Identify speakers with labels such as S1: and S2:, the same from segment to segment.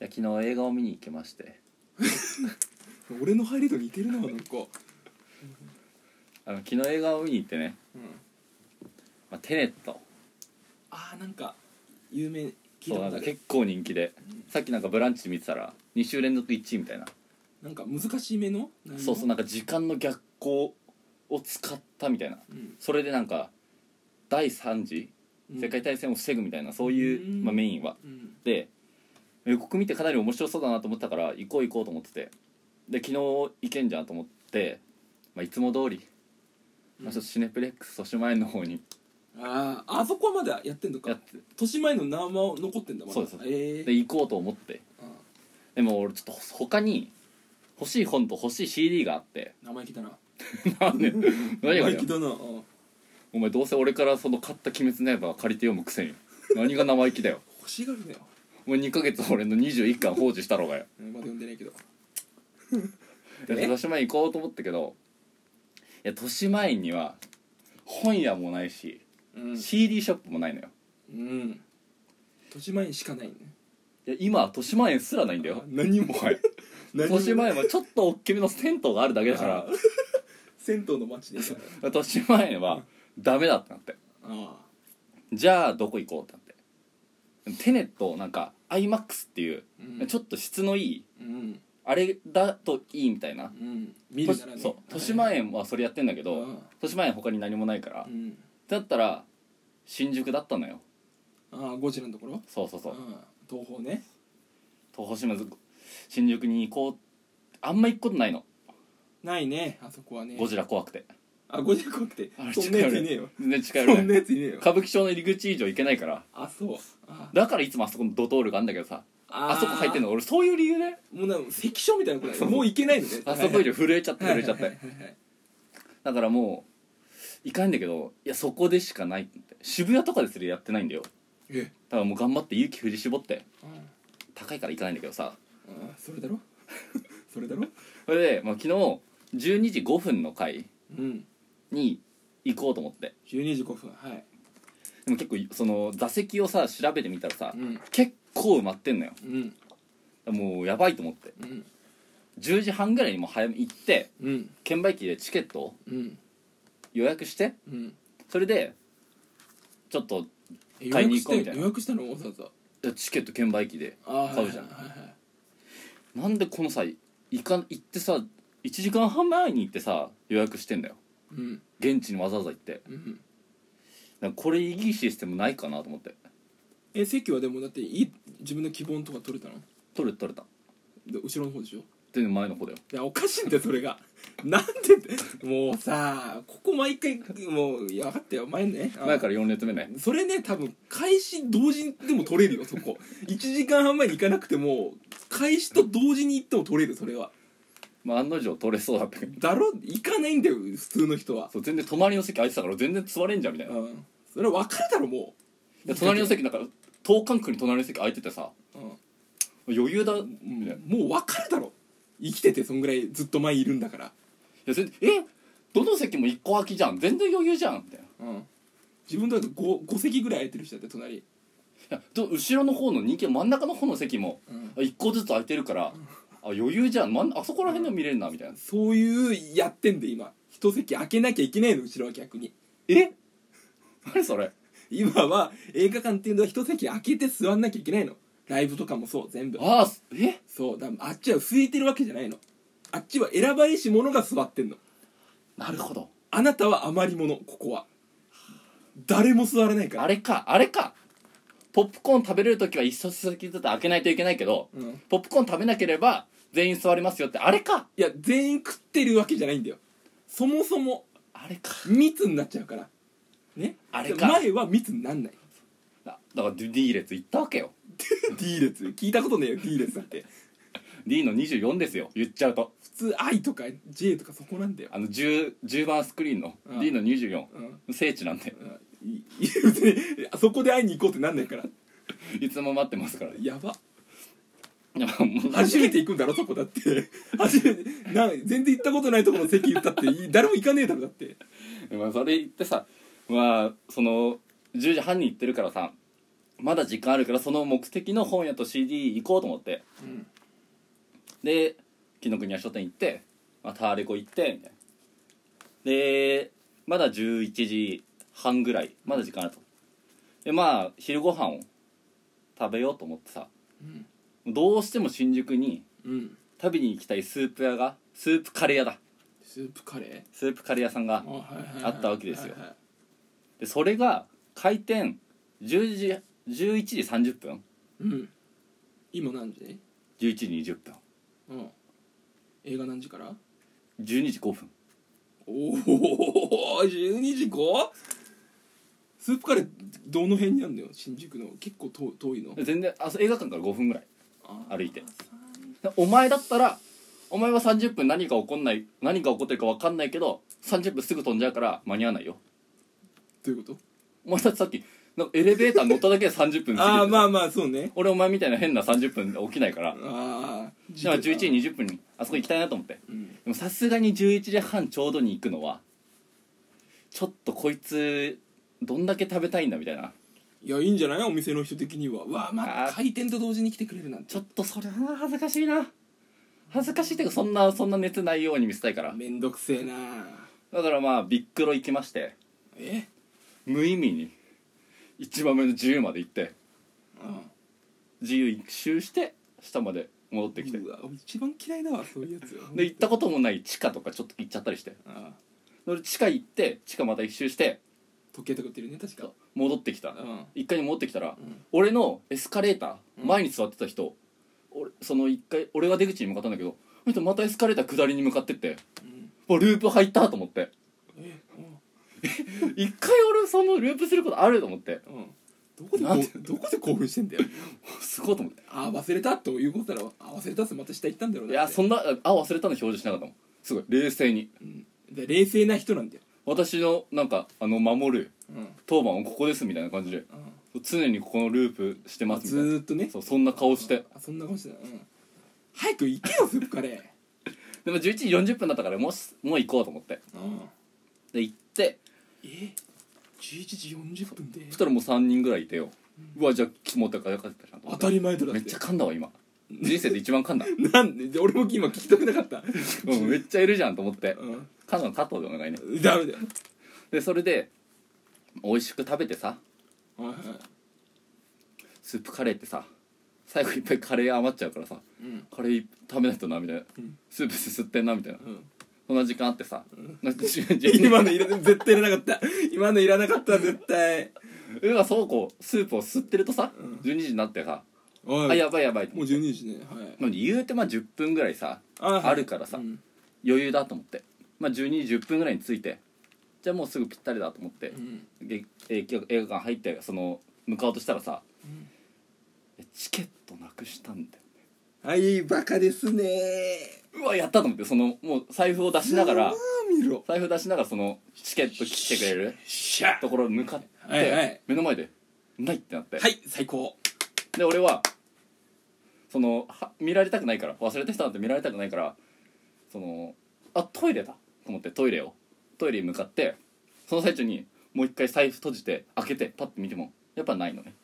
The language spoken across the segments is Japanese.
S1: や昨日映画を見に行きまして
S2: 俺の入りと似てるななんか
S1: あの昨日映画を見に行ってね、
S2: うん
S1: まあ、テネット
S2: あーなんか有名聞いた
S1: そう
S2: こ
S1: な
S2: と
S1: ん
S2: あ
S1: か
S2: る
S1: 結構人気で、さっきなんか「ブランチ」見てたら2週連続1位みたいな、
S2: なんか難しめの内容
S1: そうそうなんか時間の逆行を使ったみたいな
S2: うん
S1: それでなんか第3次
S2: うん
S1: 世界大戦を防ぐみたいなそういう、
S2: うん
S1: まあ、メインは
S2: うん
S1: で予告見てかなり面白そうだなと思ったから行こう行こうと思っててで昨日行けんじゃんと思って、まあ、いつも通り、まあ、ちょっとシネプレックス豊島園の方に
S2: あーあそこはまだやってんの
S1: や
S2: か
S1: って
S2: 年前の生残ってんだまだ
S1: そうです
S2: ええ
S1: で行こうと思って
S2: あ
S1: でも俺ちょっと他に欲しい本と欲しい CD があって
S2: ー生意気だな
S1: なんで何が
S2: 生
S1: だ
S2: 意
S1: よ
S2: 気だなうん
S1: お前どうせ俺からその買った「鬼滅の刃」借りて読むくせに何が生意気だよ
S2: 欲しがるなよ
S1: お前2ヶ月俺の21巻放置したろうがよ
S2: うんまだ読んでないけど
S1: で
S2: え
S1: 豊島園行こうと思ったけどいや豊島園には本屋もないし
S2: うん
S1: CD ショップもないのよ
S2: うん年前にしかないね
S1: いや今は豊島園すらないんだよ
S2: あ何も
S1: もはや豊島園はちょっと大きめの銭湯があるだけだから
S2: 銭湯の街で
S1: 豊島園はダメだってなって
S2: あ
S1: じゃあどこ行こうってなってテネットなんか IMAX っていう、
S2: あ
S1: ちょっと質のいい
S2: うん
S1: あれだといいみたいな、
S2: うん見るならね
S1: そう豊島園はそれやってんだけど、
S2: うん
S1: 豊島園他に何もないから、
S2: うん
S1: だったら新宿だったのよ
S2: ああゴジラのところ
S1: そうそうそう、
S2: ん東宝ね
S1: 東宝島津新宿に行こうあんま行くことないの、
S2: ないねあそこはね
S1: ゴジラ怖くて
S2: あゴジラ怖くて
S1: あれ
S2: そんなやついねえよ
S1: 全然近寄れ
S2: そ
S1: ない
S2: んなやついねえよ
S1: 歌舞伎町の入り口以上行けないから
S2: あそうあ
S1: だからいつもあそこのドトールがあんだけどさあ
S2: あ
S1: そこ入ってん
S2: の
S1: の俺そういう理由で
S2: もうなんか関所みたいなことだよもういけないのね
S1: あそこよ
S2: り
S1: り震えちゃって震えちゃって
S2: て
S1: だからもう行かないんだけどいやそこでしかないって渋谷とかですらやってないんだよ
S2: え
S1: だからもう頑張って勇気振り絞って
S2: うん
S1: 高いから行かないんだけどさ
S2: あそれだろ それだろ
S1: それで、まあ、昨日12時5分の回
S2: うん
S1: に行こうと思って
S2: 12時5分はい
S1: でも結構その座席をさ調べてみたらさ、
S2: うん
S1: 結構埋まってんのよ
S2: うん
S1: もうやばいと思って
S2: うん
S1: 10時半ぐらいにもう早め行って
S2: うん
S1: 券売機でチケットを
S2: うん
S1: 予約して
S2: うん
S1: それでちょっと
S2: え
S1: 買いに行こう
S2: 予約
S1: みた
S2: して
S1: いな
S2: 予約したのわざわざ
S1: チケット券売機で
S2: あー
S1: 買うじゃん
S2: はいはいはい
S1: なんでこの際行か行ってさ1時間半前に行ってさ予約してんだよ
S2: うん
S1: 現地にわざわざ行って
S2: うん
S1: なんかこれいいシステムないかなと思って
S2: え席はでもだっていい自分の希望のとか取れたの
S1: 取れた取れた
S2: で後ろの方でしょ
S1: で前の方だよ
S2: いやおかしいんだよそれが なんでってもうさここ毎回もういや分かったよ前ねあ
S1: 前から4列目ね
S2: それね多分開始同時でも取れるよそこ1 時間半前に行かなくても開始と同時に行っても取れるそれは
S1: まあ案の定取れそうだったけど
S2: だろ行かないんだよ普通の人は
S1: そう全然隣の席空いてたから全然座れんじゃんみたいないう
S2: うんそれは分かるだろもう
S1: や隣の席だから等間隔に隣の席空いててさ
S2: うん
S1: 余裕だ
S2: うん
S1: みたいない
S2: もう分かるだろ生きててそんぐらいずっと前いるんだから
S1: や全えどの席も1個空きじゃん全然余裕じゃんみたいない
S2: うん自分だと 5, 5席ぐらい空いてる人だって隣
S1: やど後ろの方の人気真ん中の方の席も
S2: うん
S1: 1個ずつ空いてるからあ余裕じゃん、まん、あそこら辺でも見れるなみたいな
S2: そういうやってんで今一席空けなきゃいけないの後ろは逆に
S1: え何それ
S2: 今は映画館っていうのは一席空けて座んなきゃいけないのライブとかもそう全部
S1: ああえ
S2: そうだあっちは空いてるわけじゃないのあっちは選ばれし者が座ってんの
S1: なるほど
S2: あなたは余り者ここは誰も座れないから
S1: あれかあれかポップコーン食べれる時は一冊先ずつ開けないといけないけど
S2: うん、い
S1: ポップコーン食べなければ全員座りますよってあれか
S2: や全員食ってるわけじゃないんだよそもそも
S1: あれか
S2: 密になっちゃうからね
S1: あれか
S2: 前は密になんない
S1: だだから D 列行ったわけよ
S2: D 列聞いたことねえよ D 列だって
S1: D の24ですよ言っちゃうと
S2: 普通 I とか J とかそこなんだよ
S1: あの 10, 10番スクリーンの
S2: うん
S1: D の24
S2: うん
S1: 聖地なんで
S2: いい別にあそこで会いに行こうってなんないから
S1: いつも待ってますからい
S2: やば
S1: やもう
S2: 初めて行くんだろそこだって初めてな全然行ったことないところの席行ったってい誰も行かねえだろだって
S1: まあそれ言ってさまあその10時半に行ってるからさまだ時間あるからその目的の本屋と CD 行こうと思って
S2: うん
S1: で紀ノ国屋書店行って、まあ、ターレコ行ってみたいなでまだ11時半ぐらいまだ時間あるとでまあ昼ご飯を食べようと思ってさ
S2: うん
S1: どうしても新宿に
S2: うん
S1: 食べに行きたいスープ屋がスープカレー屋だ
S2: スープカレ
S1: スープカレー屋さんが
S2: ーはいはいはい
S1: あったわけですよ
S2: はいはい
S1: でそれが開店10時11時30分
S2: うん今何時
S1: 11時20分
S2: うん映画何時から
S1: 12時5分
S2: おお12時 5? スープカレーどの辺にあるんだよ新宿の結構遠遠いの
S1: 全然あそう映画館から5分ぐらい
S2: あ
S1: 歩いてお前だったらお前は30分何か起こんない何が起こってるか分かんないけど30分すぐ飛んじゃうから間に合わないよ
S2: どういうこと
S1: お前だってさっきなんかエレベーター乗っただけで30分過ぎて
S2: ああまあまあそうね
S1: 俺お前みたいな変な30分で起きないから
S2: ああ
S1: じゃあ11時20分にあそこ行きたいなと思って
S2: うん
S1: でもさすがに11時半ちょうどに行くのはちょっとこいつどんだけ食べたいんだみたいない
S2: やいいんじゃないお店の人的にはわあま
S1: あ
S2: あ
S1: ー
S2: 開店と同時に来てくれるなんて
S1: ちょっとそれは恥ずかしいな恥ずかしいっていうかそんなそんな熱ないように見せたいから
S2: めんどくせえな
S1: だからまあビックロ行きまして
S2: え
S1: 無意味に一番上の自由まで行って
S2: うん
S1: 自由一周して下まで戻ってきて
S2: うわ一番嫌いだわそういうやつ
S1: で行ったこともない地下とかちょっと行っちゃったりして
S2: ああ
S1: で地下行って地下また一周して
S2: 時計とか売ってるね確か
S1: 戻ってきた
S2: うん
S1: 一階に戻ってきたら、
S2: うん
S1: 俺のエスカレーター
S2: うん
S1: 前に座ってた人、俺その一回俺が出口に向かったんだけどその人またエスカレーター下りに向かってって
S2: うん
S1: もうループ入ったと思って
S2: えうん
S1: 一回俺そのループすることあると思って
S2: うんどこで
S1: なんで
S2: こうどこで興奮してんだよ
S1: すごいと思って
S2: ああ忘れたということだろああ忘れたっすまた下行ったんだろう
S1: い
S2: な
S1: や
S2: って
S1: そんなあ忘れたの表示しなかったもんすごい冷静に
S2: うんで冷静な人なんだよ
S1: 私のなんかあの守る
S2: うんうん
S1: 当番はここですみたいな感じで常にここのループしてますみ
S2: ず
S1: たいな
S2: ーっとね
S1: そうそんな顔して
S2: あそんな顔してたうん早く行けよスープカレ
S1: でも11時40分だったからもうすもう行こうと思って
S2: ーうん
S1: で行って
S2: え11時40分で
S1: そしたらもう3人ぐらいいてようわじゃあ気持ちがよかったじゃん
S2: 当たり前だろだ
S1: め
S2: っ
S1: ってちゃ噛んだわ今人生で一番 噛んだ、
S2: なんでで俺も今聞きたくなかった
S1: うん、めっちゃいるじゃんと思って
S2: う
S1: 噛んだの加藤でお願いね
S2: んダメだよ
S1: でそれで美味しく食べてさ
S2: はいはい
S1: スープカレーってさ最後いっぱいカレー余っちゃうからさ
S2: うん
S1: カレー食べないとなみたいな、
S2: ん
S1: スープすすってんなみたいな
S2: うん
S1: そんな時間あってさ、 なんかじゅじゅ
S2: 今のいら絶対いらなかった今のいらなかった絶対
S1: うわそうこうスープを吸ってるとさ、
S2: うん
S1: 12時になってさ、
S2: お
S1: あやばいやばい
S2: もう12時ねはい
S1: なんで言うてまあ10分ぐらいさ
S2: あ
S1: あるからさ
S2: うん
S1: 余裕だと思ってまあ12時10分ぐらいに着いてじゃあもうすぐぴったりだと思って
S2: う、ん
S1: でえー映画館入ってその向かおうとしたらさ、チケットなくしたんだよ
S2: はいバカですね
S1: うわやったと思ってそのもう財布を出しながら
S2: あ見ろ
S1: 財布出しながらそのチケット切ってくれる
S2: しゃ
S1: ところに向かって、
S2: はいはい
S1: 目の前でないってなって、
S2: はい最高
S1: で俺はそのは見られたくないから忘れた人なんて見られたくないからそのあトイレだと思ってトイレをトイレに向かってその最中にもう一回財布閉じて開けてパッて見てもやっぱないのね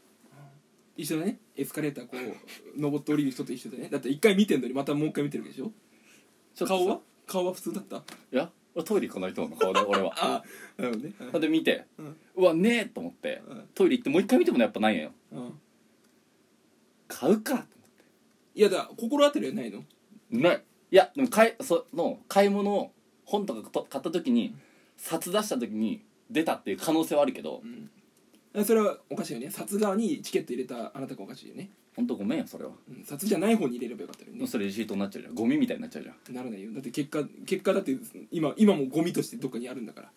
S2: 一緒だねエスカレーターこう登って降りる人と一緒だねだって一回見てんのにまたもう一回見てるわけでしょ
S1: ちょっとさ
S2: 顔は顔は普通だった
S1: いや俺トイレ行かないと思うの顔 で俺は
S2: あなるほどね
S1: それで見て
S2: うん
S1: うわねえと思って
S2: うん
S1: トイレ行ってもう一回見てもやっぱないのよ
S2: うん
S1: 買うかと思って
S2: いやだ心当たりはないの
S1: ないいやでも買いその買い物を本とかと買った時に札出した時に出たっていう可能性はあるけど
S2: うんそれはおかしいよね札側にチケット入れたあなたがおかしいよね、
S1: 本当ごめんよそれは
S2: うん、札じゃない方に入れればよかったのにね
S1: それレシートになっちゃうじゃんゴミみたいになっちゃうじゃん
S2: ならないよだって結果結果だって今今もゴミとしてどっかにあるんだから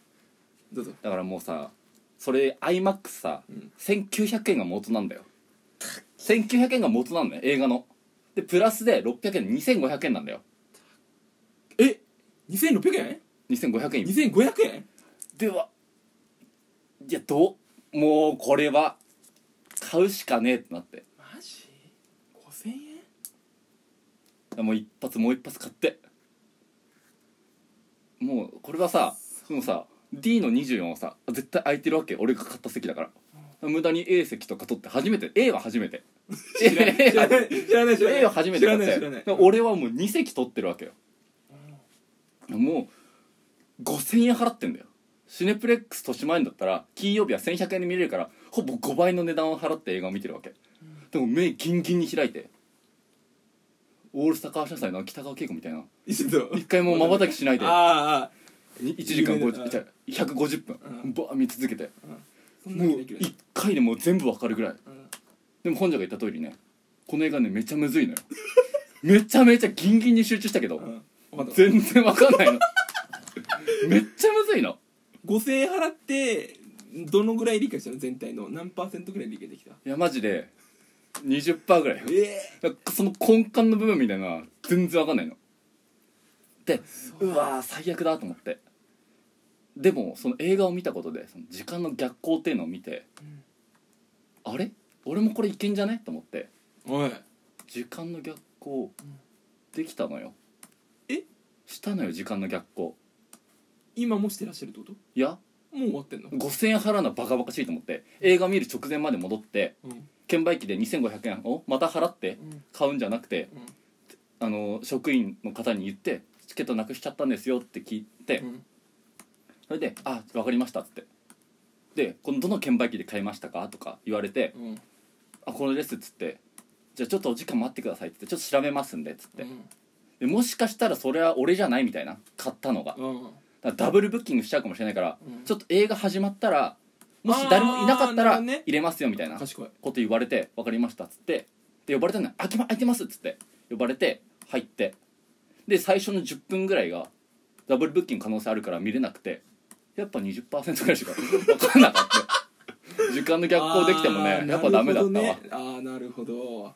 S2: どうぞ
S1: だからもうさそれ iMAX さ、
S2: うん
S1: 1900円が元なんだよ1900円が元なんだよ映画のでプラスで600円2500円なんだよ
S2: え2600円
S1: 2500円
S2: ?2500 円
S1: ではいやどうもうこれは買うしかねえってなって
S2: マジ ?5000 円
S1: もう一発もう一発買ってもうこれはさもうさ D の24はさ絶対空いてるわけ俺が買った席だから無駄に A 席とか取って初めて A は初めて
S2: 知らない知らない知らない知らない
S1: A は初めて
S2: 知ら
S1: 取っ
S2: ない知ら
S1: て
S2: ない
S1: で俺はもう2席取ってるわけよもう5000円払ってんだよシネプレックスとしまえんだったら金曜日は1100円で見れるからほぼ5倍の値段を払って映画を見てるわけでも目ギンギンに開いてオールスター感謝祭の北川景子みたいな一回もまばたきしないで
S2: ああああ
S1: 1時間
S2: 有名な
S1: 50違う150分
S2: うん
S1: バー見続けて
S2: そんな
S1: もう
S2: にできる
S1: 1回でもう全部わかるぐらい
S2: うん
S1: でも本庄が言った通りねこの映画ねめちゃむずいのよめちゃめちゃギンギンに集中したけど
S2: うんわかった
S1: 全然わかんないのめっちゃむずいの
S2: 5000円払ってどのぐらい理解したの全体の何パーセントぐらい理解できた
S1: いやマジで20%ぐらい
S2: ええ
S1: だからその根幹の部分みたいなのは全然わかんないのでうわー最悪だと思ってでもその映画を見たことでその時間の逆行っていうのを見て、あれ俺もこれいけんじゃねと思って
S2: おい
S1: 時間の逆行
S2: うん
S1: できたのよ
S2: え
S1: したのよ時間の逆行
S2: 今もしてらっしゃるってこと
S1: いや
S2: もう終わってんの
S1: 5000円払うのはバカバカしいと思って映画見る直前まで戻って
S2: うん
S1: 券売機で2500円をまた払って
S2: うん
S1: 買うんじゃなくて
S2: うん
S1: あの職員の方に言ってチケットなくしちゃったんですよって聞いて、
S2: うん
S1: それで「あ分かりました」っつってでこのどの券売機で買いましたかとか言われて
S2: うん
S1: 「あこれです」っつって「じゃあちょっとお時間待ってください」っつって「ちょっと調べますんで」っつって、でもしかしたらそれは俺じゃないみたいな買ったのがだか
S2: うん
S1: らダブルブッキングしちゃうかもしれないから、
S2: うん
S1: ちょっと映画始まったらもし誰もいなかったら
S2: あーなるほどね
S1: 入れますよみたいな
S2: 賢い
S1: こと言われて「分かりました」っつってで呼ばれたの「空きま空いてます」っつって呼ばれて入ってで最初の10分ぐらいがダブルブッキング可能性あるから見れなくてやっぱ20%ぐらいしか分 かんなかった時間の逆行できても
S2: あー
S1: ねやっぱダメだったわ、
S2: なるほどねああなるほど